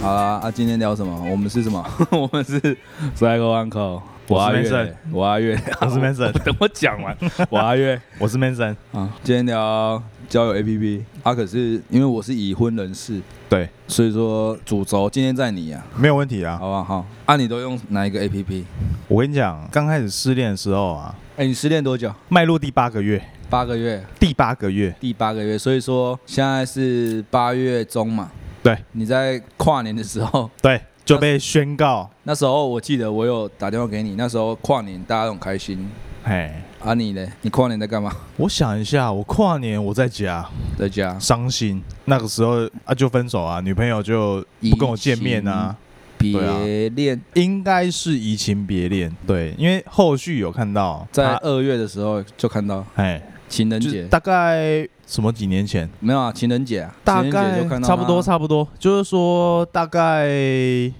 好啦，啊，今天聊什么？我们是什么？ 我们是 Psycho Uncle，我阿是月 Mason，我阿 月，我是 Mason 等我讲完，我阿月我是 Mason，啊，今天聊交友 APP，啊，可是因为我是已婚人士，对，所以说主轴今天在你啊，没有问题啊。好不好？好，啊，你都用哪一个 APP？我跟你讲，刚开始失恋的时候啊，哎，你失恋多久？迈入第八个月，八个月，第八个月，第八个月，所以说现在是八月中嘛。对，你在跨年的时候， 对，就被宣告，那时候我记得我有打电话给你，那时候跨年大家都很开心。哎，啊，你嘞？你跨年在干嘛？我想一下，我跨年我在家，在家伤心，那个时候啊就分手啊，女朋友就不跟我见面啊，别恋，应该是移情别恋，对，因为后续有看到在她，二月的时候就看到哎，情人就是节，大概什么几年前。没有啊？情人节啊，大情人节概就看到差不多，他差不多，就是说，大概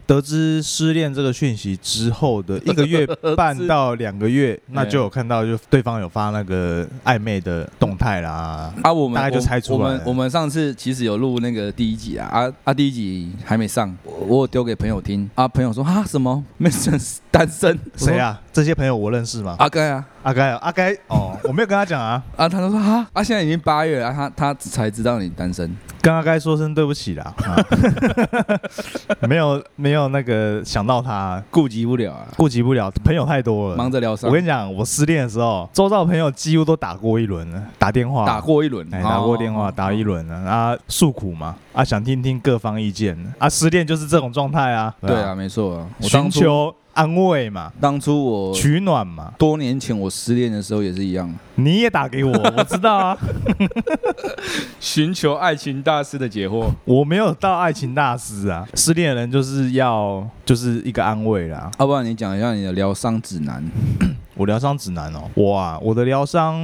得知失恋这个讯息之后的一个月半到两 个月，那就有看到就对方有发那个暧昧的动态啦。啊，我们大概就我猜出来我们了我们上次其实有录那个第一集啊，啊啊，第一集还没上，我我有丢给朋友听啊，朋友说啊什么 Mason 单身，谁？啊？这些朋友我认识吗我说？阿盖啊阿该，阿该，哦，我没有跟他 讲啊，啊，他就说啊啊，现在已经八月了，啊、他他才知道你单身，跟阿该说声对不起啦，啊 没有没有那个想到他，顾及不了啊，顾及不了，朋友太多了。忙着疗伤我。跟你讲，我失恋的时候，周遭的朋友几乎都打过一轮了，打电话，打过一轮，哎，打过电哦话，打一轮了啊，诉苦嘛，啊，想听听各方意见啊，失恋就是这种状态啊，对啊，，没错啊。我当寻初求安慰嘛，当初我取暖嘛，多年前我失恋的时候也是一样，你也打 给我，我知道啊，寻求爱情大师的解惑。我没有到爱情大师啊，失恋的人就是要就是一个安慰啦。要、不然你讲一下你的疗伤指南？我疗伤指南哦，我啊，我的疗伤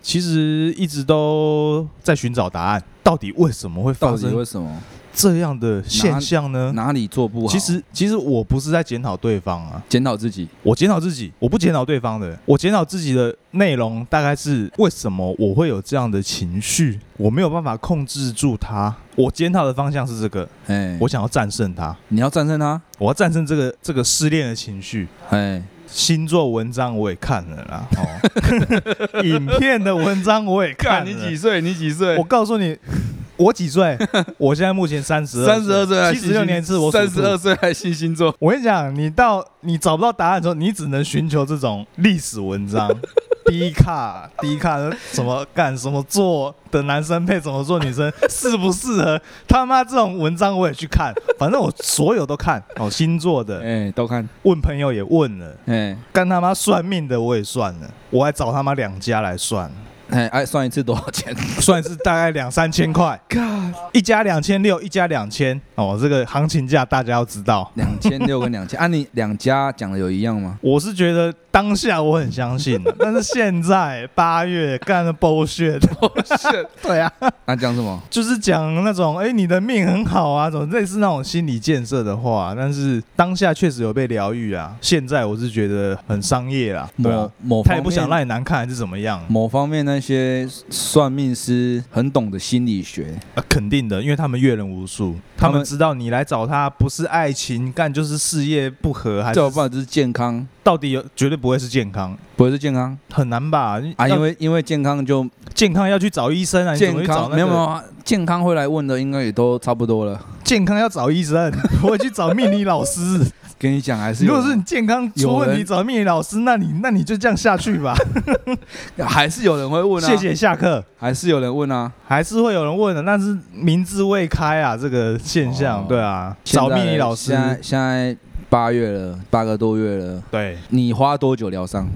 其实一直都在寻找答案，到底为什么会到发底生为什么？这样的现象呢？哪里做不好？其实其实我不是在检讨对方啊，检讨自己，我检讨自己，我不检讨对方的。我检讨自己的内容大概是为什么我会有这样的情绪，我没有办法控制住它。我检讨的方向是这个，哎，我想要战胜它，你要战胜它，我要战胜这个这个失恋的情绪。哎，星座文章我也看了啦，哦，影片的文章我也看了。岁？你几岁我告诉你，我几岁？我现在目前三十二，啊七十六年次我属兔岁还信星座？我跟你讲，你到你找不到答案的时候，你只能寻求这种历史文章。低卡，低卡，什么干什么做的男生配怎么做女生适不适合？他妈这种文章我也去看，反正我所有都看哦，星座的，哎，都看，问朋友也问了，哎干他妈算命的我也算了，我还找他妈两家来算，哎哎，算一次多少钱？算是大概两三千块，一家两千六，一家两千哦，这个行情价大家要知道。两千六跟两千，啊，你两家讲的有一样吗？我是觉得当下我很相 信的，但是现在八月干了 bullshit，对啊，那讲什么？就是讲那种哎、诶你的命很好啊，怎么类似那种心理建设的话，但是当下确实有被疗愈啊。现在我是觉得很商业啦，对啊某，某他方也面不想让你难看还是怎么样，某方面那些算命师很懂得心理学，啊肯定的，因为他们阅人无数，他他们们知道你来找他不是爱情，干就是事业不合，还是这办法就是健康，到底有绝对不会是健康，不是健康很难吧？啊，要因为因为健康就健康要去找医生啊，你怎么健会找康那个没有没有啊健康会来问的，应该也都差不多了。健康要找医 生，我会去找命理老师。跟你讲还 是哦如有果是你健康出问题找命理老师，那你那你就这样下 去吧。还是有人会问啊，谢，谢下课，还是有人问啊，还是会有人问的，但是民智未开啊，这个现象，哦对啊，找现在命理老师现，在现在八月了，八个多月了，对，你花多久疗伤？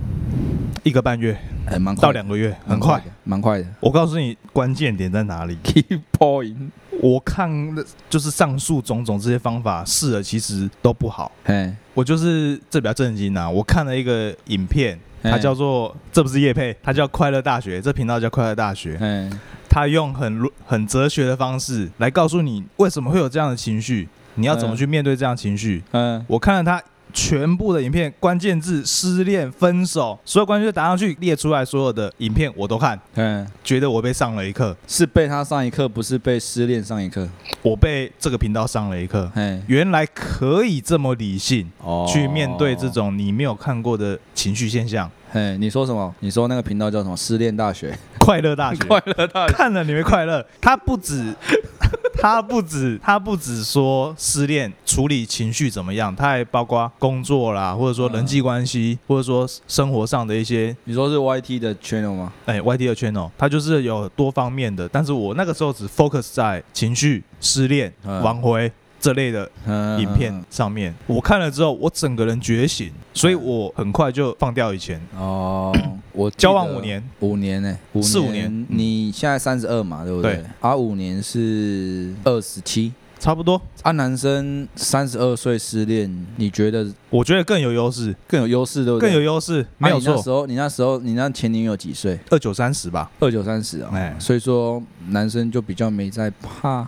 一个半月哎，蛮快的到两个月，很快。，蛮快 的。我告诉你，关键点在哪里？ Key point，我看的就是上述种种这些方法试了，其实都不好。哎，我就是这比较震惊啊！我看了一个影片，它哎叫做这不是叶配，它叫快乐大学，这频道叫快乐大学。哎他用很论很哲学的方式来告诉你为什么会有这样的情绪，你要怎么去面对这样的情绪。嗯我看了他全部的影片关键字失恋、分手，所有关键字打上去列出来，所有的影片我都看，嗯，觉得我被上了一课，是被他上一课，不是被失恋上一课。我被这个频道上了一课。哎，原来可以这么理性哦去面对这。种你没有看过的情绪现象，哎，你说什么？你说那个频道叫什么？失恋大学。快乐大学。乐大。看了你会快乐。他不止， 他不止，他不止说失恋处理情绪怎么样，他还包括工作啦，或者说人际关系，或者说生活上的一些你说是 YT 的 channel 吗？哎 YD 的 channel，他就是有多方面的。但是我那个时候只 focus 在情绪、失恋、嗯挽回。这类的嗯，影片上面，我看了之后，我整个人觉醒，所以我很快就放掉以前哦，我记得交往五年，五年呢、五四五年你现在三十二嘛，对不对对？啊，五年是二十七。差不多，啊，男生三十二岁失恋，你觉得我觉得更有优势，更有优势，对不对？更有优势，啊没有你那时错，候，你那时候，你那前女友几岁？二九三十吧，二九三十啊。哎，所以说，男生就比较没在怕，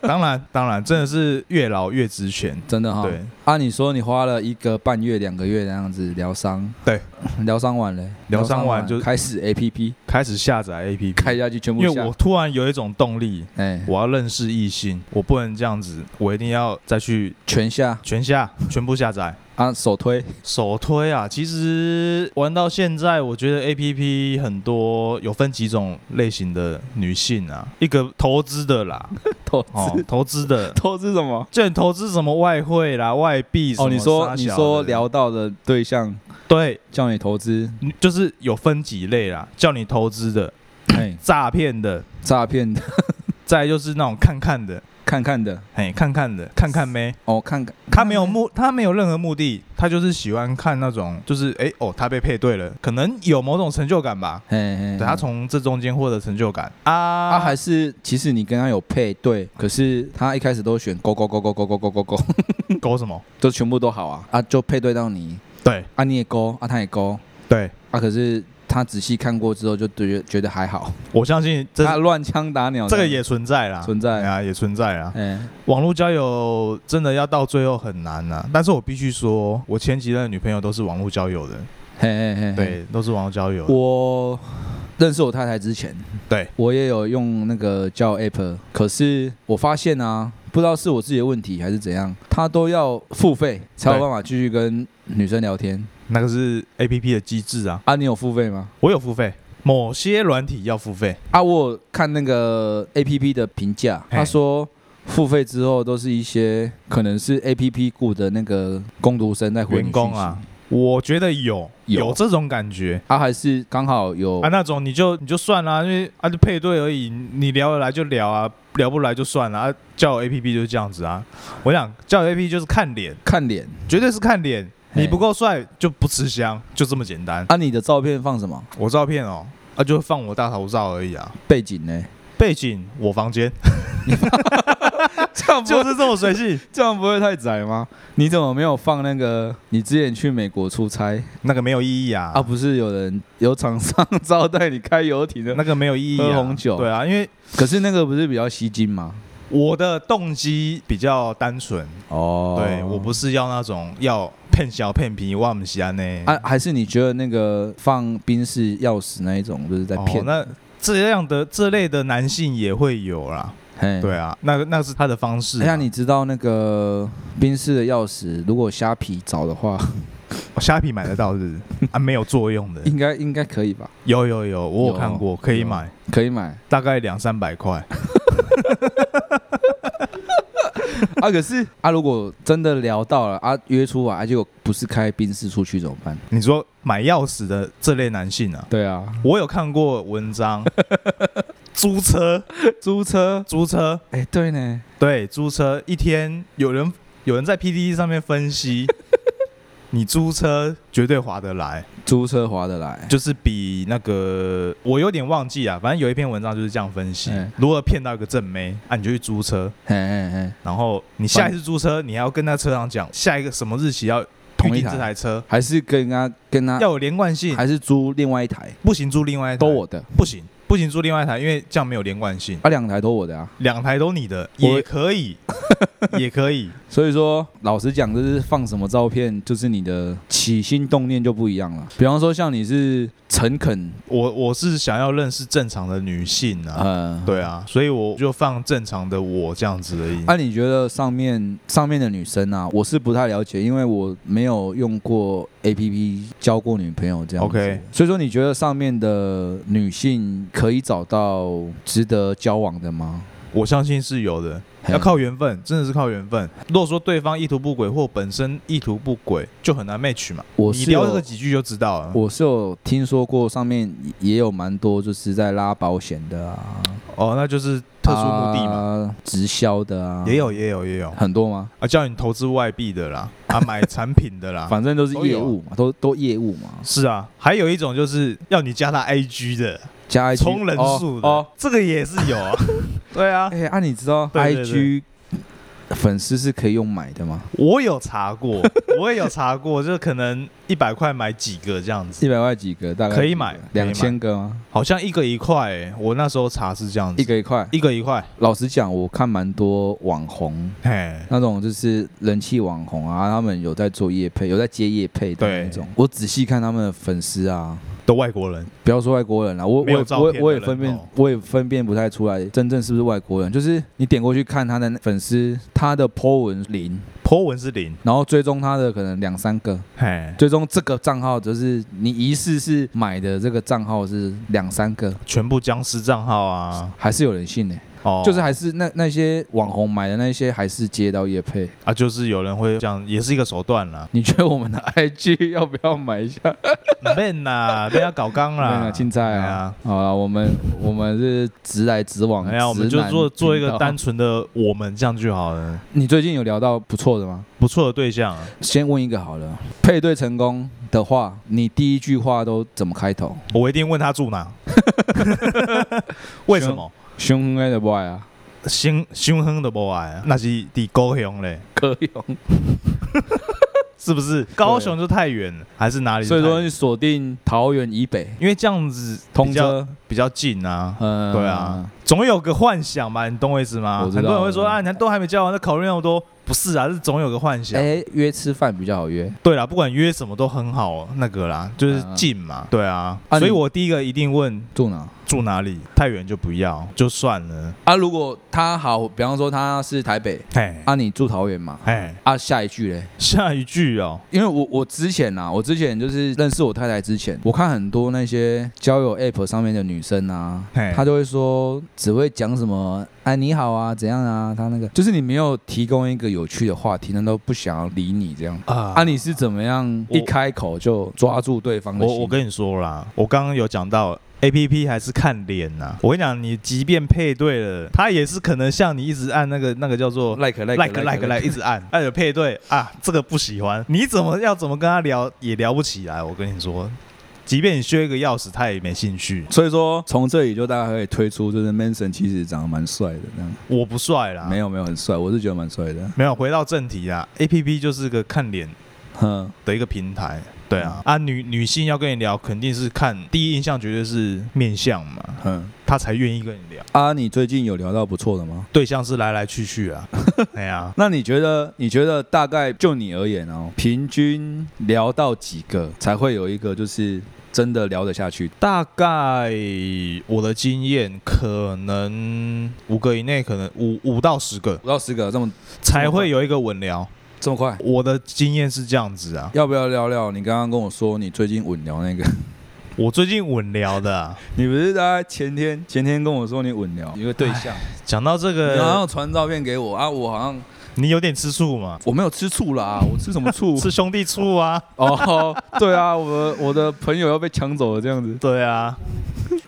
当然，当然，真的是越老越值钱。真的哈。对，啊，你说你花了一个半月、两个月那样子疗伤，对，疗伤完了，疗伤完就开始 A P P 开始下载 APP，开下去，全部因为下我突然有一种动力，哎，我要认识异性，我不能这样子，我一定要再去全下全下，全部下 载。啊，手推，首推啊，其实玩到现在，我觉得 A P P 很多有分几种类型的女性啊，一个投资的 啦，投哦，投资的，投资什么？就投资什么外汇啦、外币什么哦，你说杀你小说的聊到的对象对，叫你投资，就是有分几类啦，叫你投资的、哎，诈骗的，诈骗的，再来就是那种看看的，看看的，嘿，看看的，看看妹，哦，看看，他没有目，他没有任何目的，他就是喜欢看那种，就是哎、哦，他被配对了，可能有某种成就感吧，哎，哎，对他从这中间获得成就感啊，他啊还是其实你跟他有配对，可是他一开始都选勾勾勾勾勾勾勾勾勾，勾什么？都全部都好啊啊，就配对到你对啊，你也勾啊，他也勾对，啊，可是他仔细看过之后就觉觉得还好，我相信这他乱枪打鸟，这个也存在啦，存在哎呀，也存在啦。哎网络交友真的要到最后很难呐、但是我必须说，我前几任女朋友都是网络交友的，嘿嘿嘿，嘿，对，都是网络交友的。嗯我认识我太太之前，对我也有用那个叫 app，可是我发现啊，不知道是我自己的问题还是怎样，他都要付费才有对办法继续跟女生聊天那个是 A P P 的机制啊，啊。你有付费吗？我有付费，某些软体要付费，啊，我有看那个 A P P 的评价，嘿他说付费之后都是一些可能是 A P P 雇的那个工读生在回你员工啊，我觉得有有有这种感觉讯息，啊还是刚好有啊，那种你就你就算啦、因为啊就配对而已，你聊得来就聊啊，聊不来就算了啊，叫 A P P 就是这样子啊，我想叫 A P P 就是看脸，看脸绝对是看脸，嘿你不够帅就不吃香，就这么简单。啊，你的照片放什么我照片哦，啊就放我大头照而已啊，背景呢？背景我房间， 这样就是这么随性，这样不会太窄吗？你怎么没有放那个你之前去美国出差 那个没有意义啊啊？不是有人有厂商招待你开游艇的？那个没有意义、啊，喝红酒对啊，因为 可是那个不是比较吸睛吗？我的动机比较单纯，哦对我不是要那种要骗小骗皮，我们西安呢，啊，还是你觉得那个放宾士钥匙那一种就是在骗、哦那这样的这类的男性也会有啦，嘿，对啊，那那是他的方式啊。哎呀，你知道那个宾士的钥匙，如果虾皮找的话，哦虾皮买得到是不是 啊？没有作用的，应该应该可以吧？有有有，我有看过，可以有买，可以买大概两三百块。啊。可是啊，如果真的聊到了啊，约出来，啊、结果不是开宾士出去怎么办？你说买钥匙的这类男性啊，对啊，我有看过 文章，租车，租车，租车，哎、对呢，对，租车一天，有人有人在 PDD 上面分析， 你租车绝对划得来，租车划得来，就是比那个我有点忘记啊，反正有一篇文章就是这样分析嗯，如何骗到一个正妹啊，你就去租车，嘿嘿嘿，然后你下一次租车，你还要跟那车商讲下一个什么日期要预同一定台这台车，还是跟他跟他要有连贯性，还是租另外一台，不行租另外一台，都我的，不行，不行租另外一台，因为这样没有连贯性。啊，两台都我的啊。两台都你的我也可以， 也可以。所以说，老实讲，就是放什么照片，就是你的起心动念就不一样了。比方说，像你是诚恳，我我是想要认识正常的女性啊，呃，。对啊，所以我就放正常的我这样子而已。那、啊你觉得上面上面的女生啊，我是不太了解，因为我没有用过 A P P 交过女朋友这样子。 OK 所以说，你觉得上面的女性可以找到值得交往的吗？我相信是有的，嘿要靠缘分，真的是靠缘分。如果说对方意图不轨或本身意图不轨，就很难 match 嘛。我你是聊有这个几句就知道了。我是有听说过，上面也有蛮多就是在拉保险的啊，哦，那就是特殊目的嘛，啊直销的啊，也有也有也有很多吗？啊，叫你投资外币的啦，啊， 买产品的啦。反正都是啊都业有务嘛，都都业务嘛，是啊，还有一种就是要你加他 IG 的，加 IG 充人数的哦。哦这个也是有啊。对啊，哎、啊，你知道对对 IG 粉丝是可以用买的吗？我有 查过，我也有查过，就是可能一百块买几个这样子，一百块几个？大概可以买可以买两千个吗？好像一个一块、欸。我那时候查是这样子，一个一块。一个一块，老实讲，我看蛮多网红。嘿，那种就是人气网红啊，他们有在做业配，有在接业配的对那种。我仔细看他们的粉丝啊，都外国人，不要说外国人了，我我没有也照我片也的我也人分辨哦我也分辨不太出来真正是不是外国人。就是你点过去看他的粉丝，他的 po 文零，颇文是零，然后追踪他的可能两三个，嘿，追踪这个账号就是你疑似是买的这个账号是两三个，全部僵尸账号啊，还是有人信呢、哦，就是还是那那些网红买的那些还是接到业配。，啊，就是有人会这样，也是一个手段啦 你觉得我们的 IG 要不要买一下？笨呐，啊被他搞刚啦，青菜哎啊呀！，好了，我们我们是直来直往，哎呀，我们直就男做做一个频道单。纯的我们这样就好了，你最近有聊到不错的吗？不错的对象啊，先问一个好了，配对成功的话，你第一句话都怎么开头？我一定问他住 哪，为什么？凶狠的 boy 啊，凶凶狠的 boy，啊那是伫高雄嘞，可以哦。是不是？高雄就太远了，还是哪里？所以说，你锁定桃园以北，因为这样子通比较车，比较近啊。嗯，对啊，，总有个幻想嘛，你懂我意思吗？我知道很多人会我说知道啊，你还都还没交往，那考虑那么多，不是啊，是总有个幻想。哎，约吃饭比较好约。对啦，不管约什么都很好，啊那个啦，就是嗯嗯近嘛。对啊，啊所你以我第一个一定问住哪？住哪里，太远就不要，就算了。啊，如果他好，比方说他是台北，哎啊，你住桃园嘛？哎，啊，下一句嘞？下一句哦，因为我我之前啊，我之前就是认识我太太之前，我看很多那些交友 app 上面的女生啊嘿，她都会说只会讲什么哎你好啊怎样啊，她那个就是你没有提供一个有趣的话题，她都不想要理你这样。啊啊，你是怎么样我一开口就抓住对方的我心？我跟你说啦，我刚刚有讲到。A P P 还是看脸呐、我跟你讲，你即便配对了，他也是可能像你一直按那个那个叫做 like like like like like 一直按，按有配对啊，这个不喜欢，你怎么要怎么跟他聊也聊不起来。我跟你说，即便你削一个钥匙，他也没兴趣。所以说，从这里就大家可以推出，就是 Manson 其实长得蛮帅的，这样、我不帅啦，没有有没有很帅，我是觉得蛮帅的。没有。回到正题啊，A P P 就是个看脸哼，的一个平台。对啊，啊女女性要跟你聊，肯定是看第一印象，绝对是面相嘛，哼，她才愿意跟你聊。啊，你最近有聊到不错的吗？对象是来来去去啊， 哎呀，那你觉得？你觉得大概就你而言哦，平均聊到几个才会有一个就是真的聊得下去？大概我的经验可能五个以内，可能五五到十个五到十个，这么才会有一个稳聊。这么快？我的经验是这样子啊，要不要聊聊？你刚刚跟我说你最近稳聊那个，我最近稳聊的、啊。 你不是大概前天前天跟我说你稳聊一个 对象，讲到这然后个，传照片给我啊，我好像你有点吃醋嘛？我没有吃醋啦，我吃什么 醋？吃兄弟醋啊？哦，对啊，我我的朋友要被抢走了这样子。对啊。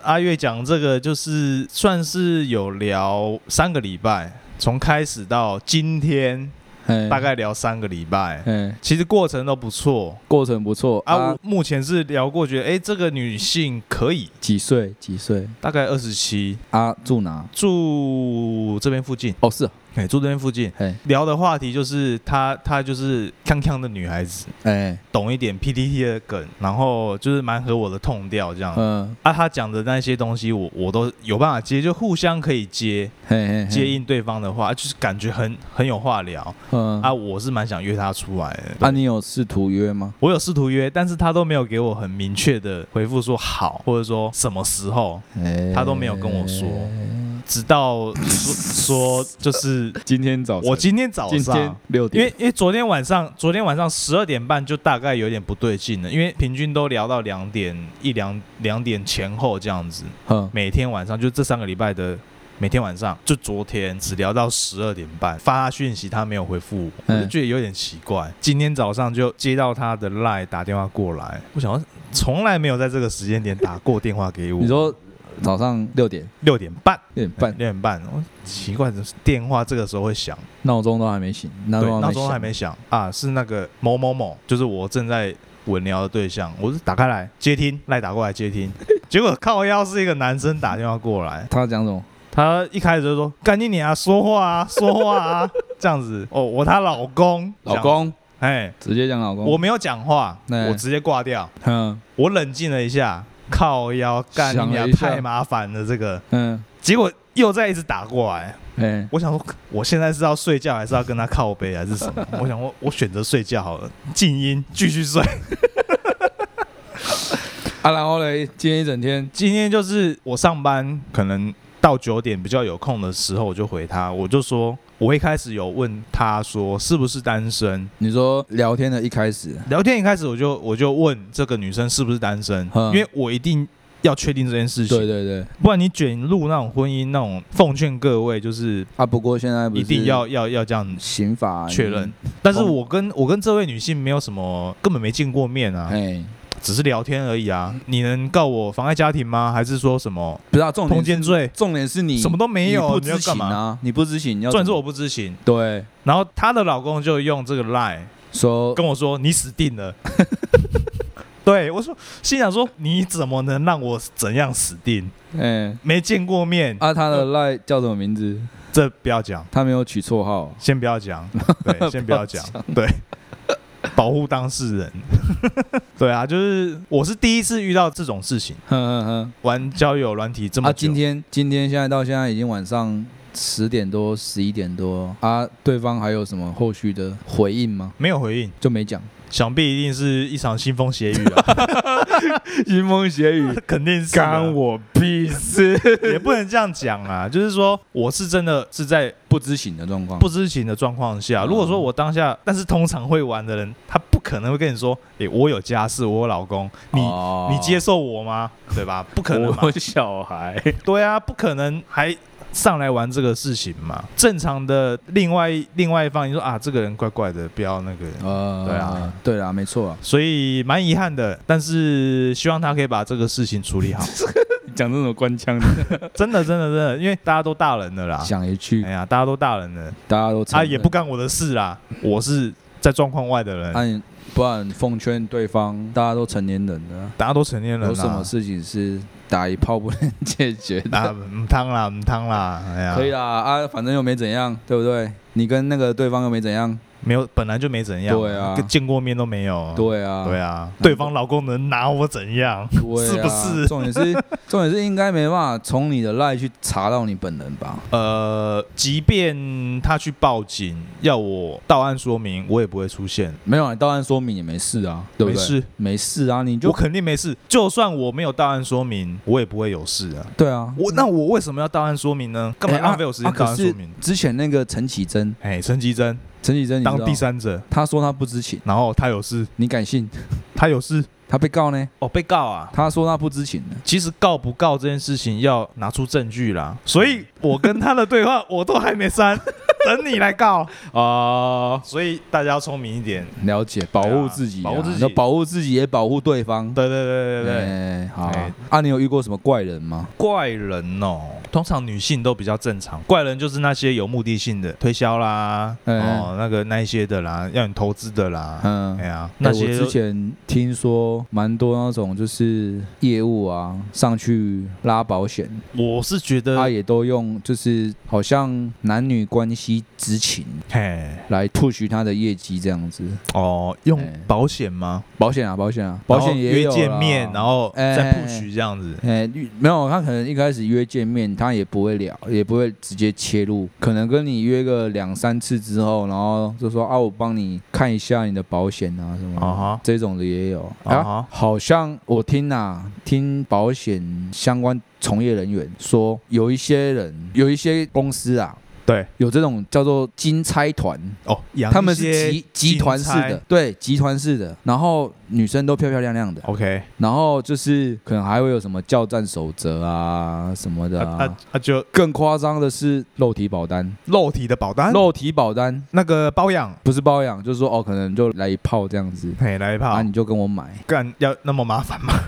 阿月讲这个就是算是有聊三个礼拜，从开始到今天嘿大，概聊三个礼拜，哎，其实过程都不错。过程不错啊，啊我。目前是聊过，觉得哎、诶这个女性可以，几岁？几岁？大概二十七，啊，住哪？住这边附近。哦，是啊哎、住这边附近，哎聊的话题就是她，她就是康康的女孩子，哎懂一点 PTT 的梗，然后就是蛮合我的痛调这样。嗯啊，她讲的那些东西我，我都有办法接，就互相可以接嘿嘿嘿接应对方的话，就是感觉很很有话聊嗯啊。我是蛮想约她出来的，啊，你有试图约吗？我有试图约，但是她都没有给我很明确的回复说好，或者说什么时候，哎她都没有跟我说，直到 说说就是今天早我今天早今上天。六因点，为因为昨天晚上，昨天晚上十二点半就大概有点不对劲了，因为平均都聊到两点一两两点前后这样子，嗯每天晚上就这三个礼拜的每天晚上，就昨天只聊到十二点半，发讯息他没有回复我，嗯我就觉得有点奇怪。今天早上就接到他的 line 打电话过来，我想说从来没有在这个时间点打过电话给我，你说早上六点六点半。六点半六，点半，我哦奇怪，怎么电话这个时候会响？闹钟都还没醒，闹对，钟闹钟还响没响啊，是那个某某某，就是我正在稳聊的对象，我是打开来接听，赖打过来 接听，结果靠腰是一个男生打电话过来，他讲什么？他一开始就说干你你啊，说话啊，说话啊， 这样子，哦，我她老公，老，公，哎，直接讲老公。我没有讲话，哎我直接挂掉，嗯我冷静了一下，靠腰干你想了娘一下太麻烦了，这个，嗯，结果又再一直打过来，哎，我想说，我现在是要睡觉，还是要跟他靠背，还是什 么？我想我我选择睡觉好了，静音，继续 睡。啊，然后嘞，今天一整天，今天就是我上班，可能到九点比较有空的时候，我就回他，我就说，我一开始有问他说是不是单身，你说聊天的一开始，聊天一开始我就我就问这个女生是不是单身，嗯因为我一定。要确定这件事情，对对对，不然你卷入那种婚姻那种，奉劝各位就是啊，不过现在不一是定要要要这样刑法啊确认，。但是我跟我跟这位女性没有什么，根本没见过面啊，哎，只是聊天而已啊。你能告我妨碍家庭吗？还是说什么不是啊，重点是通奸罪？重点是你什么都没有，你不你要知情干嘛？啊，你不知情，你要虽然说我怎么不知情，对然后她的老公就用这个 lie 说跟我说你死定了。 对我说，心想说你怎么能让我怎样死定？哎。没见过面，啊，他的赖叫什么名字？这不要讲，他没有取绰号，先不要讲， 对，先不要讲，对，保护当事人。 对啊，就是我是第一次遇到这种事情，哼哼哼。玩交友软体这么啊，久，今天今天现在到现在已经晚上十点多、十一点多啊，对方还有什么后续的回应吗？没有回应，就没讲，想必一定是一场腥风血雨啊， 腥风血雨，肯定是啊我屁事， 也不能这样讲啊，就是说我是真的是在不知情的状况。不知情的状况下，嗯如果说我当下，但是通常会玩的人，他不可能会跟你说，诶、我有家室，我有老公，你。哦你接受我吗？对 吧？不可能嘛！小孩，对啊，不可能还上来玩这个事情嘛。正常的另外另外一方，你说啊，这个人怪怪的，不要那个人。呃，对啊，对啦，没错啊，所以蛮遗憾的，但是希望他可以把这个事情处理 好。讲这种官腔的，真的，真的，真的，因为大家都大人了啦。想一句哎，呀，大家都大人了，大家都承啊，认也不干我的事啦。我是在状况外的人，按，啊不然奉劝对方，大家都成年人了，大家都成年人啦。有什么事情是打一炮不能解决的？啊？唔汤啦，唔汤啦，哎呀，可以啦啊，反正又没怎样，对不对？你跟那个对方又没怎样，没有，本来就没怎样，对啊跟见过面都没有，对啊，对啊，对方老公能拿我怎样？对啊，是不是重点是重点是应该没办法从你的赖去查到你本人吧？呃，即便他去报警，要我到案说明，我也不会出现，没有，你到案说明也没事啊，对不没对？事，没事啊，你我就肯定没事。就算我没有到案说明，我也不会有事啊。对啊。我那我为什么要到案说明呢？干嘛哎啊浪费我时间啊到案说可明？是之前那个陈绮贞，哎，陈吉贞陈绮贞你知道当第，三者，她说她不知情，然后他有事，你敢信？他有事她被告呢？哦，被告啊。她说她不知情的，其实告不告这件事情要拿出证据啦，所以我跟他的对话我都还没删，等你来告哦啊。所以大家要聪明一点。了解，保护自己啊，保护自己你要保护自己也保护对方。对对对对对，哎好哎啊啊，你有遇过什么怪人吗？怪人哦，通常女性都比较正常，怪人就是那些有目的性的推销啦，嗯哦那个那一些的啦，要你投资的啦，嗯哎，呀，那那我些之前听说蛮多那种就是业务啊，上去拉保险，啊我是觉得哎他也都用就是好像男女关西执勤嘿，来 push 他的业绩这样子。哦，用哎保险吗？保险啊，保险啊，保然险后也约有见啦面，然后再哎 push 这样子。哎、没有，他可能一开始约见面，他也不会聊，也不会直接切入，可能跟你约个两三次之后，然后就说啊，我帮你看一下你的保险啊什么的啊哈这种的也有啊啊。哈好像我听啊，听保险相关从业人员说，有一些人，有一些公司啊，对，有这种叫做金钗团，哦，养他们一些是集集团式金钗的，对，集团式的，然后女生都漂漂亮亮的， ，OK，然后就是可能还会有什么叫战守则啊什么的、他啊他。他就更夸张的是肉体保单，肉体的保单，肉体保单那个包养，不是包养，就是说哦，可能就来一炮这样子，嘿，来一啊，炮，你就跟我买。干要那么麻烦吗？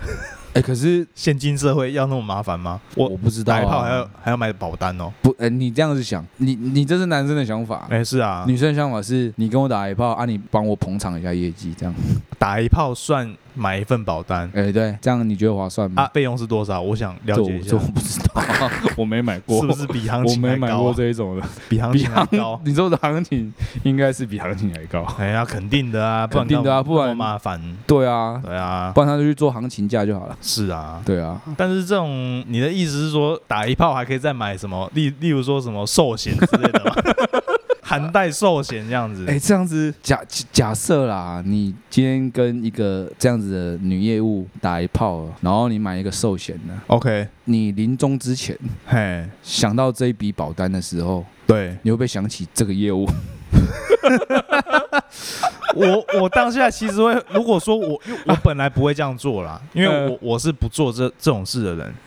哎，可是现今社会要那么麻烦吗？我我不知道、打一炮还要啊，还要买保单哦？不，哎，你这样子想，你你这是男生的想法，哎，是啊，女生的想法是你跟我打一炮啊，你帮我捧场一下业绩，这样，打一炮算买一份保单哎，对，这样你觉得划算吗？啊？费用是多少？我想了这我解一这下我，不知道，啊 我没买过，是不是比行我情没还买高过啊？这一种的，比行比情还 行高，啊你说的行情应该是比行情还高。哎呀，肯定 的啊，不然肯定的啊干嘛不然那么麻烦，对啊，对啊，不然他就去做行情价就好了，是啊。对啊，但是这种，你的意思是说打一炮还可以再买什么？例例如说什么寿险之 类的吗？含带寿险这样子。哎、这样子假假设啦，你今天跟一个这样子的女业务打一炮，然后你买一个寿险呢， OK，你临终之前嘿，想到这一笔保单的时候，对你会不会想起这个业务？我我当下其实会，如果说我因为我本来不会这样做啦，因为嗯我我是不做这这种事的人。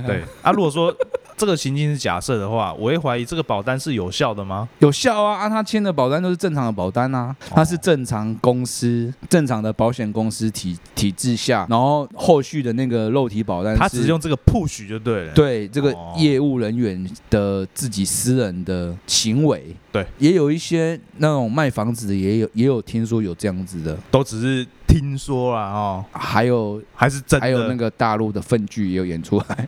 对啊，如果说这个情境是假设的话，我会怀疑这个保单是有效的吗？有效啊！按、他签的保单都是正常的保单啊，哦他是正常公司、正常的保险公司体体制下，然后后续的那个肉体保单是，他只是用这个 push 就对了。对这个哦业务人员的自己私人的行为，对，也有一些那种卖房子的，也有也有听说有这样子的，都只是听说啦哦，还有还是真的。还有那个大陆的粪剧也有演出来，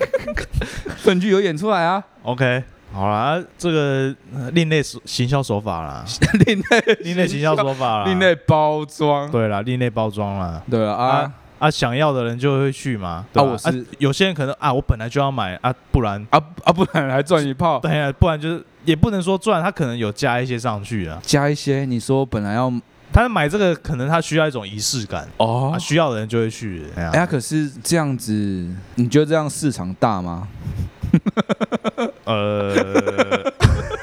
粪剧有演出来啊， OK，好啦，啊这个呃另类手行销手 法啦，另类另类行销手法啦，另类包装，对啦，另类包装啦。对啊啊啊啊，想要的人就会去嘛。对吧我是有些人可能啊，我本来就要买啊，不然啊啊，不然还赚一炮。对啊，不然就是也不能说赚，他可能有加一些上去啊。加一些，你说本来要他买这个可能他需要一种仪式感，哦啊，需要的人就会去。哎呀哎呀，可是这样子，你觉得这样市场大吗？呃，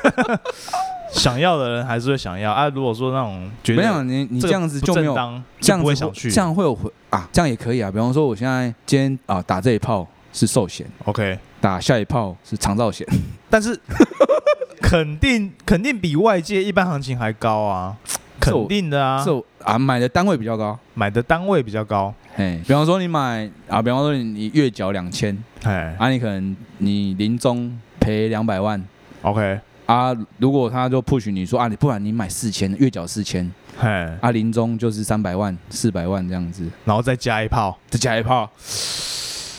想要的人还是会想要啊。如果说那种觉没有，得你你这这个样子不就没正有当，这样子就不会会想去。这样会有回啊，这样也可以啊。比方说，我现在今天啊打这一炮是寿险， OK，打下一炮是长照险，但是 肯定肯定比外界一般行情还高啊，这我肯定的啊这，我啊买的单位比较高。买的单位比较高，哎，比方说你买啊，比方说你你月缴两千，哎啊，你可能你临终赔两百万，OK，啊，如果他就 push 你说啊，你不然你买四千，月缴四千哎，啊，临终就是三百万、四百万这样子，然后再加一炮，再加一炮，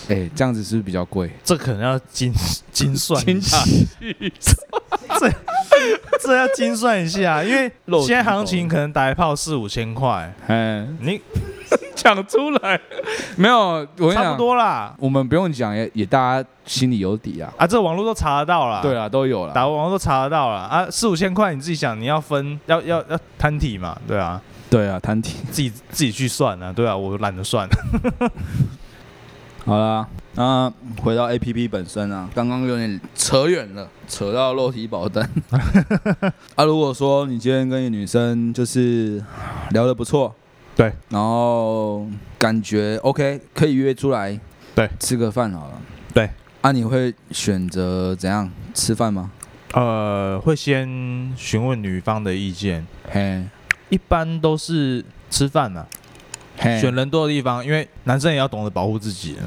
哎，这样子是不是比较贵？这可能要精 精算一下，这要精算一下，因为肉体现在狗行情可能打一炮四五千块，哎，你讲出来，没有，我跟你差讲不。多啊啦，我们不用讲，也也大家心里有底啊。啊，这网络都查得到啦，对。啊，都有了。打网络都查得到啦。啊，四五千块你自己想，你要分要要要摊体嘛，对啊，对啊，摊体。自己自己去算啊，对啊，我懒得算，好啦，那回到 A P P 本身啊，刚刚有点扯远了，扯到肉体保 单。啊，如果说你今天跟一个女生就是聊得不错，对，然后感觉 OK，可以约出来，对，吃个饭好了，对。啊，你会选择怎样吃饭吗？ 呃，会先询问女方的意见，嘿，一般都是吃饭呐、嘿，选人多的地方，因为男生也要懂得保护自己啊。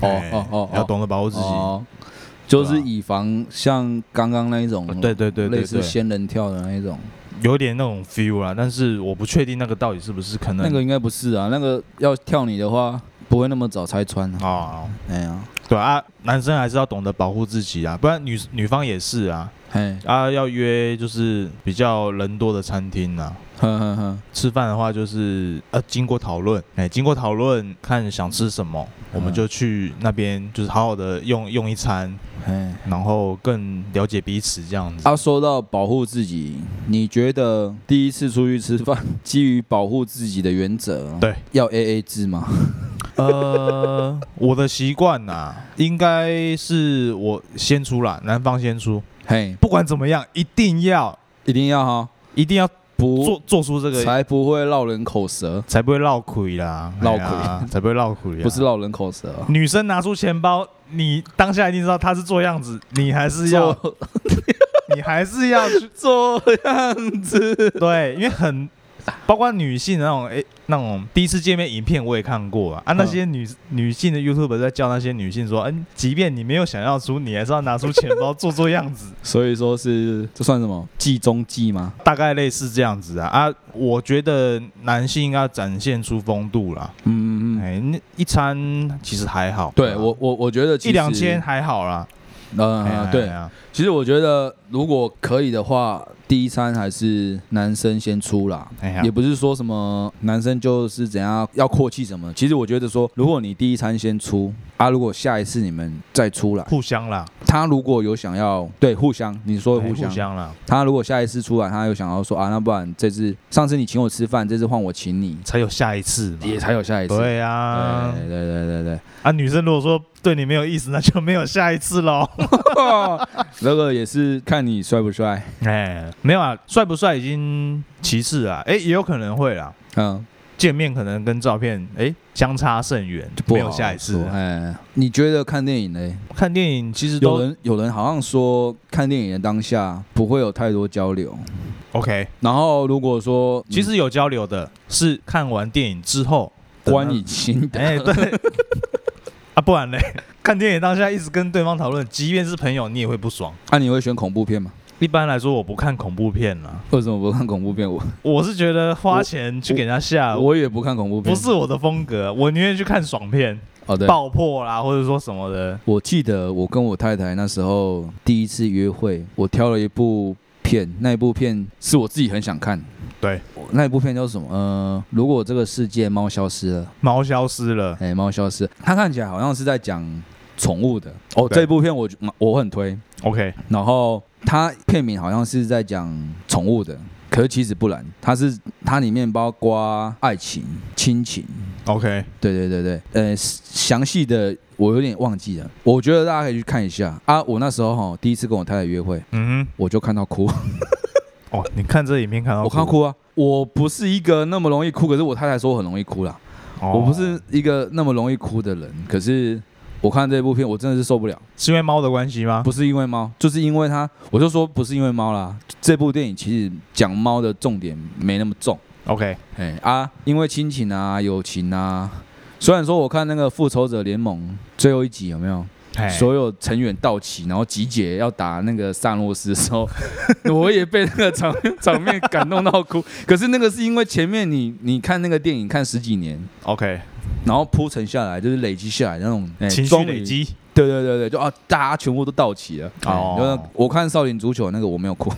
哦哎哦哦哦要懂得保护自己。哦，就是对啊以防像刚刚那一种，对对对对类似对，仙人跳的那一种，有点那种 feel 啦，但是我不确定那个到底是不是可能那个应该不是啊，那个要跳你的话，不会那么早拆穿啊。哦，哎呀，对啊，男生还是要懂得保护自己啊，不然女女方也是啊。嘿，啊，要约就是比较人多的餐厅啊。哼哼哼，吃饭的话就是呃，经过讨论，哎、经过讨论看想吃什么，嗯我们就去那边就是好好的用用一餐，嘿。然后更了解彼此这样子。啊，说到保护自己，你觉得第一次出去吃饭， 基于保护自己的原则，对，要 A A 制吗？呃，我的习惯呐，应该是我先出啦，男方先出，嘿，不管怎么样，一定要一定要哈，一定要不做做出这个，才不会绕人口舌，才不会落亏啦，落哎呀才不会落亏啦。啊不是绕人口舌，啊女生拿出钱包，你当下一定知道她是做样子，你还是要做你还是要去做样子， 对，因为很包括女性的那种诶、那种第一次见面影片我也看过啊，啊嗯那些女女性的 YouTube 在教那些女性说，嗯、即便你没有想要出，你还是要拿出钱包做做样子，所以说是这算什么计中计吗？大概类似这样子啊啊，我觉得男性应该展现出风度啦，嗯嗯嗯，哎、那一餐其实还好，对我我我觉得其实一两千，还好啦，哎呀呃，哎对，呀其实我觉得如果可以的话，第一餐还是男生先出啦。哎呀也不是说什么男生就是怎样要阔气什么。其实我觉得说，如果你第一餐先出啊，如果下一次你们再出来，互相啦，他如果有想要对互相，你说的哎互相，互相啦，他如果下一次出来，他有想要说啊，那不然这次上次你请我吃饭，这次换我请你，才有下一次嘛。也才哎有下一次。对啊，对对对对对， 啊，女生如果说对你没有意思，那就没有下一次喽。那个也是看你帅不帅，哎，没有啊，帅不帅已经其次啊，哎，也有可能会啦，嗯，见面可能跟照片哎相差甚远，就不没有好下一次说了。哎，你觉得看电影呢？看电影其实有都人有人好像说看电影的当下不会有太多交流， OK，然后如果说嗯其实有交流的，是看完电影之后的观那影 心得，哎，对啊，不然嘞，看电影当下一直跟对方讨论，即便是朋友，你也会不爽。那、啊你会选恐怖片吗？一般来说，我不看恐怖片啦，为什么不看恐怖片？我我是觉得花我钱去给人家吓，我也不看恐怖片，啊不是我的风格，我宁愿去看爽片、哦，对。爆破啦，或者说什么的。我记得我跟我太太那时候第一次约会，我挑了一部片，那一部片是我自己很想看。对我，那一部片叫什么？呃，如果这个世界猫消失了，猫消失了，哎、猫消失了，它看起来好像是在讲宠物的。哦，对这部片我我很推， OK，然后它片名好像是在讲宠物的，可是其实不然，它是它里面包括爱情、亲情， OK，对对对对，呃，详细的我有点忘记了，我觉得大家可以去看一下啊。我那时候哈第一次跟我太太约会，嗯我就看到哭，哼，哦，你看这影片看到我看到哭啊。我不是一个那么容易哭，可是我太太说我很容易哭啦。哦我不是一个那么容易哭的人，可是我看这部片我真的是受不了。是因为猫的关系吗？不是因为猫，就是因为它，我就说不是因为猫啦。这部电影其实讲猫的重点没那么重， ，OK，哎啊，因为亲情啊、友情啊。虽然说我看那个《复仇者联盟》最后一集有没有，哎所有成员到齐，然后集结要打那个萨诺斯的时候， 我也被那个场面场面感动到哭。可是那个是因为前面你你看那个电影看十几年， OK，然后铺陈下来就是累积下来那种、哎情绪终于累积，对对对对，就啊，大家全部都到齐了。哦，哦就是我看少林足球那个我没有 哭，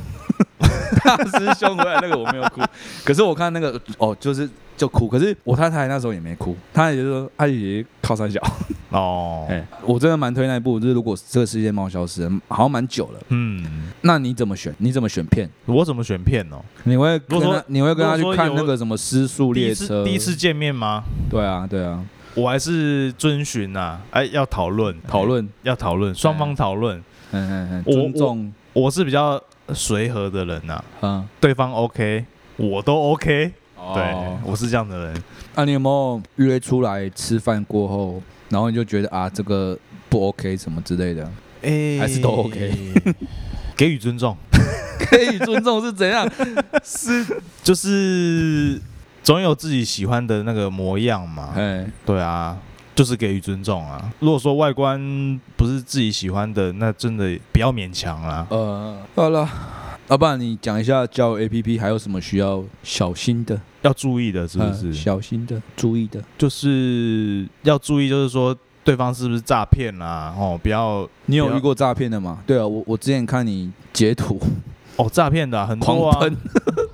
大师兄回来那个我没有哭，可是我看那个哦，就是就哭，可是我太太那时候也没哭，她也就说她也靠山小。哦，哎、我真的蛮推那一部，就是如果这个世界猫消失了，好像蛮久了。嗯，那你怎么选？你怎么选片？我怎么选片哦？你会跟如果说他，你会跟他如去果说看有那个什么《失速第列一车》次第一次见面吗？对啊，对啊，我还是遵循啊，哎，要讨论，哎讨论，要讨论，双方讨论。嗯嗯嗯，我尊重，我是比较随和的人呐，嗯，对方 OK，我都 OK，对哦，我是这样的人。那、啊你有没有约出来吃饭过后，然后你就觉得啊这个不 OK 什么之类的？哎还是都 OK 给予尊重， 可以尊重是怎样？就是总有自己喜欢的那个模样嘛。 哎，对啊，就是给予尊重啊。如果说外观不是自己喜欢的，那真的不要勉强啊啦。呃，好了，要、啊不然你讲一下交友 APP 还有什么需要小心的，要注意的，是不嗯是？小心的，注意的。就是要注意，就是说。对方是不是诈骗啊？哦，不要你不有要遇过诈骗的吗？对啊，我我之前看你截图哦，诈骗的啊、很狂多啊，喷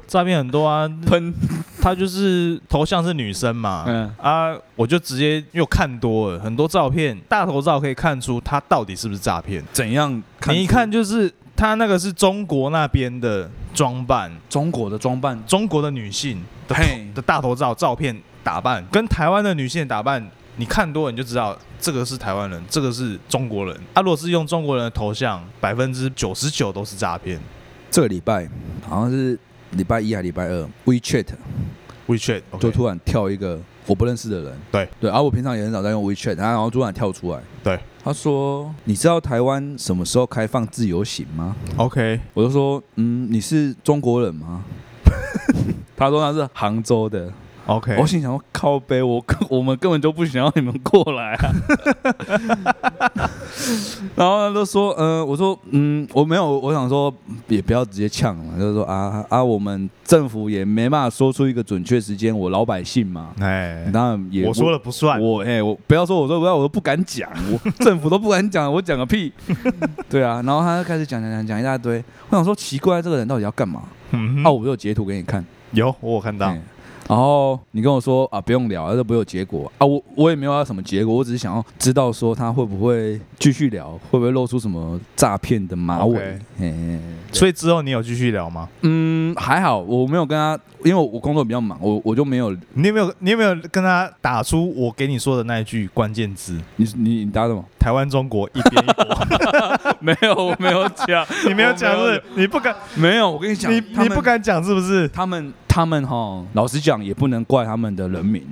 诈骗很多啊。喷，他就是头像是女生嘛，嗯啊，我就直接又看多了很多照片，大头照可以看出他到底是不是诈骗。怎样？你一看就是他那个是中国那边的装扮，中国的装扮，中国的女性的头嘿的大头照照片打扮，跟台湾的女性的打扮，你看多了你就知道这个是台湾人，这个是中国人。啊，如果是用中国人的头像，百分之九十九都是诈骗。这个礼拜好像是礼拜一还礼拜二，WeChat WeChat 就 OK，突然跳一个我不认识的人，对对，啊而、我平常也很少在用 WeChat，然后突然跳出来，对，他说你知道台湾什么时候开放自由行吗？ OK，我就说嗯，你是中国人吗？ 他说他是杭州的， OK，我心想说靠背，我 根我们根本就不想要你们过来啊。 然后他就说，呃，我说，嗯，我没有，我想说也不要直接呛嘛，就是说啊啊，我们政府也没办法说出一个准确时间，我老百姓嘛，哎，当然也我说了不算。我哎、我不要说我说不要，我都不敢讲， 我政府都不敢讲，我讲个屁。对啊，然后他就开始讲讲讲讲一大堆，我想说奇怪，这个人到底要干嘛？嗯啊，哼，我有截图给你看。有我有看到嗯。然后你跟我说啊，不用聊啊，这不会有结果啊。我我也没有要什么结果，我只是想要知道说他会不会继续聊，会不会露出什么诈骗的马尾。 OK 嘿嘿嘿对所以之后你有继续聊吗？嗯，还好我没有跟他，因为我工作比较忙，我我就没有。你有没有你有没有跟他打出我给你说的那一句关键字？你你你答什么？ 台湾中国一边一国，没有，我没有讲， 你没有讲我没有是？你不敢，没有，我跟你讲，你他你们不敢讲是不是他们他们哈，老实讲也不能怪他们的人民，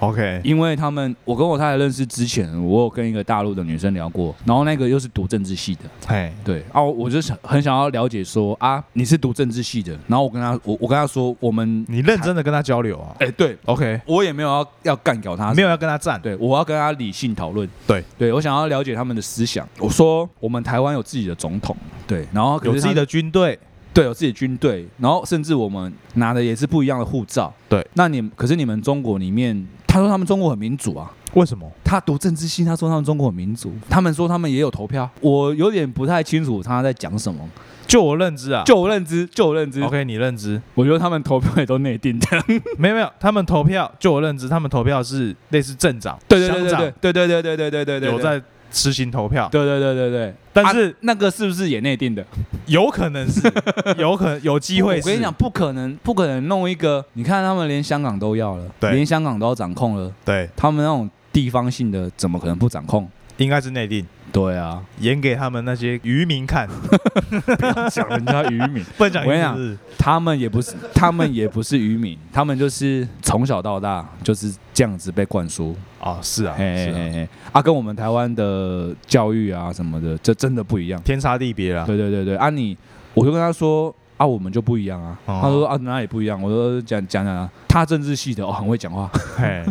？OK，因为他们我跟我太太认识之前，我有跟一个大陆的女生聊过，然后那个又是读政治系的。哎，对啊，我就想很想要了解说啊，你是读政治系的，然后我跟他我我跟他说，我们你认真的跟他交流啊哎、对？OK，我也没有要要干掉他，没有要跟他战，对我要跟他理性讨论，对对，我想要了解他们的思想。我说我们台湾有自己的总统，对，然后可有是自己他的军队，对有自己的军队，然后甚至我们拿的也是不一样的护照，对，那你可是你们中国里面，他说他们中国很民主啊，为什么？他读政治系，他说他们中国很民主，他们说他们也有投票，我有点不太清楚他在讲什么。就我认知啊，就我认知，就我认知 OK，你认知我觉得他们投票也都内定的。没有没有，他们投票，就我认知，他们投票是类似镇长、对对乡对长对对对对对对对对对，有。在实行投票，对对对对对，但是啊那个是不是也内定的？有可 能是，有可能有机会。我跟你讲，，不可能，不可能弄一个。你看他们连香港都要了，对连香港都要掌控了，对，他们那种地方性的怎么可能不掌控？应该是内定。对啊，演给他们那些渔民看，讲人家渔民，不能讲我跟你渔讲民是 他们也不是，他们也不是渔民，他们就是从小到大就是这样子被灌输。哦，是啊，嘿是嘿啊，嘿嘿，啊，跟我们台湾的教育啊什么的，这真的不一样。天差地别啦。对对对对，啊你，我就跟他说啊，我们就不一样啊。哦他说啊，哪里不一样？我说讲讲讲啊，他政治系的哦，很会讲话， 嘿，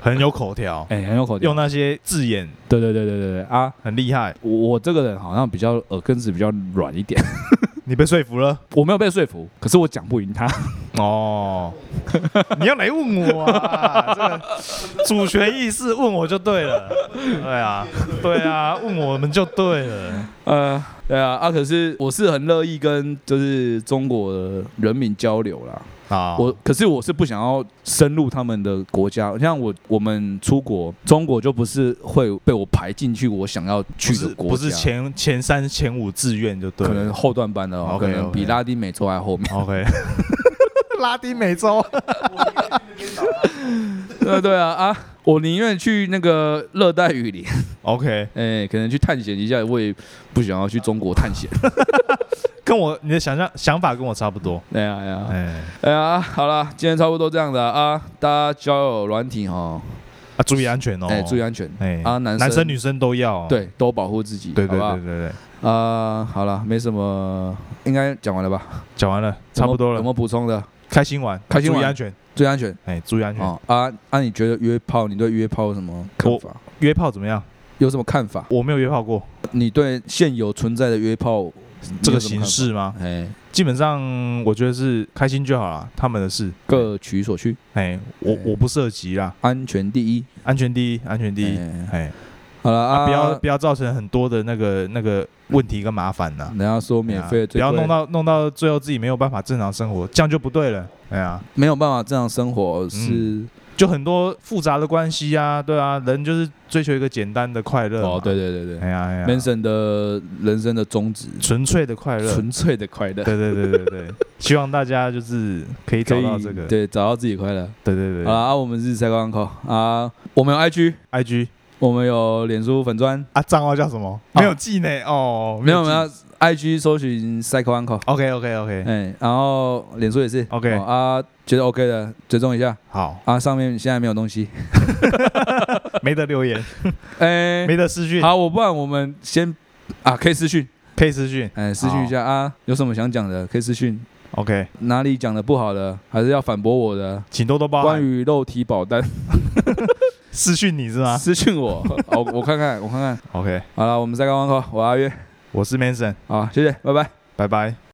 很有口条，哎、很有口用条。那些字眼对对对对对对啊，很厉害。我我这个人好像比较耳根子比较软一点， 你被说服了我没有被说服，可是我讲不赢他。哦， 你要来问我啊？这个主权意识问我就对了。对啊，对啊，问我们就对了。呃，对啊，啊，可是我是很乐意跟就是中国的人民交流啦。啊，我可是我是不想要深入他们的国家，像我我们出国，中国就不是会被我排进去我想要去不的是国家，不是前前三前五志愿就对可了。能后段班的哦，可 OK，OK 能比拉丁美洲还后 面。 OK，拉丁美洲对对啊啊！我宁愿去那个热带雨林， OK，哎，可能去探险一下，我也不想要去中国探 险。跟我你的想象想法跟我差不多。哎呀哎呀哎，哎呀！好了，今天差不多这样的啊，大家交友软体哈，啊，注意安全哦。哎，注意安全，哎啊男生男生女生都要哦。对，多保护自己，对对好不好对对对，啊，好了，没什么，应该讲完了吧？讲完了，差不多有了没。有补充的？开心玩，开心玩注意安全，注意安全哎，注意安全。哦。啊啊，你觉得约炮，你对约炮有什么看我法？约炮怎么样？有什么看法？我没有约炮过你对现有存在的约炮这个形，式吗？嗯你有什么看法哎，基本上我觉得是开心就好了，他们的事。各取所需，哎，我哎我不涉及啦，安全第一。安全第一，安全第一。哎哎，好了啊，不要不要造成很多的那个那个问题跟麻烦呐、人家说嗯免费哎呀不最贵，要弄到弄到最后自己没有办法正常生活，这样就不对了。哎呀，没有办法正常生嗯活是就很多复杂的关系啊，对啊，人就是追求一个简单的快乐。哦，对，对对对哎呀哎呀，Manson 的人生的宗旨，纯粹的快乐，纯粹的快乐，对对对对对，希望大家就是可以可找到以这个，对找到自己快乐。对对好了对啊，我们是才刚刚口啊，我们有 IG， ，IG 我们有脸书粉砖，啊，账号叫什么？啊没有记呢，哦，没有没有 IG 搜寻 Psycho Uncle， ，OK OK OK，哎，然后脸书也是 OK 哦啊，觉得 OK 的追踪一下好，啊，上面现在没有东西，没得留 言，哎，没得私讯，好，我不然我们先啊，可以私讯，可以私讯哎，私讯一下啊，有什么想讲的可以私讯， ，OK，哪里讲的不好的，还是要反驳我的，请多多包关涵，于肉体保单，私讯你是 吗私讯我，哦，我看看，我看看， ？OK，好了，我们再刚刚扣，我阿约，我是 Mason，好，谢谢，拜拜。拜拜。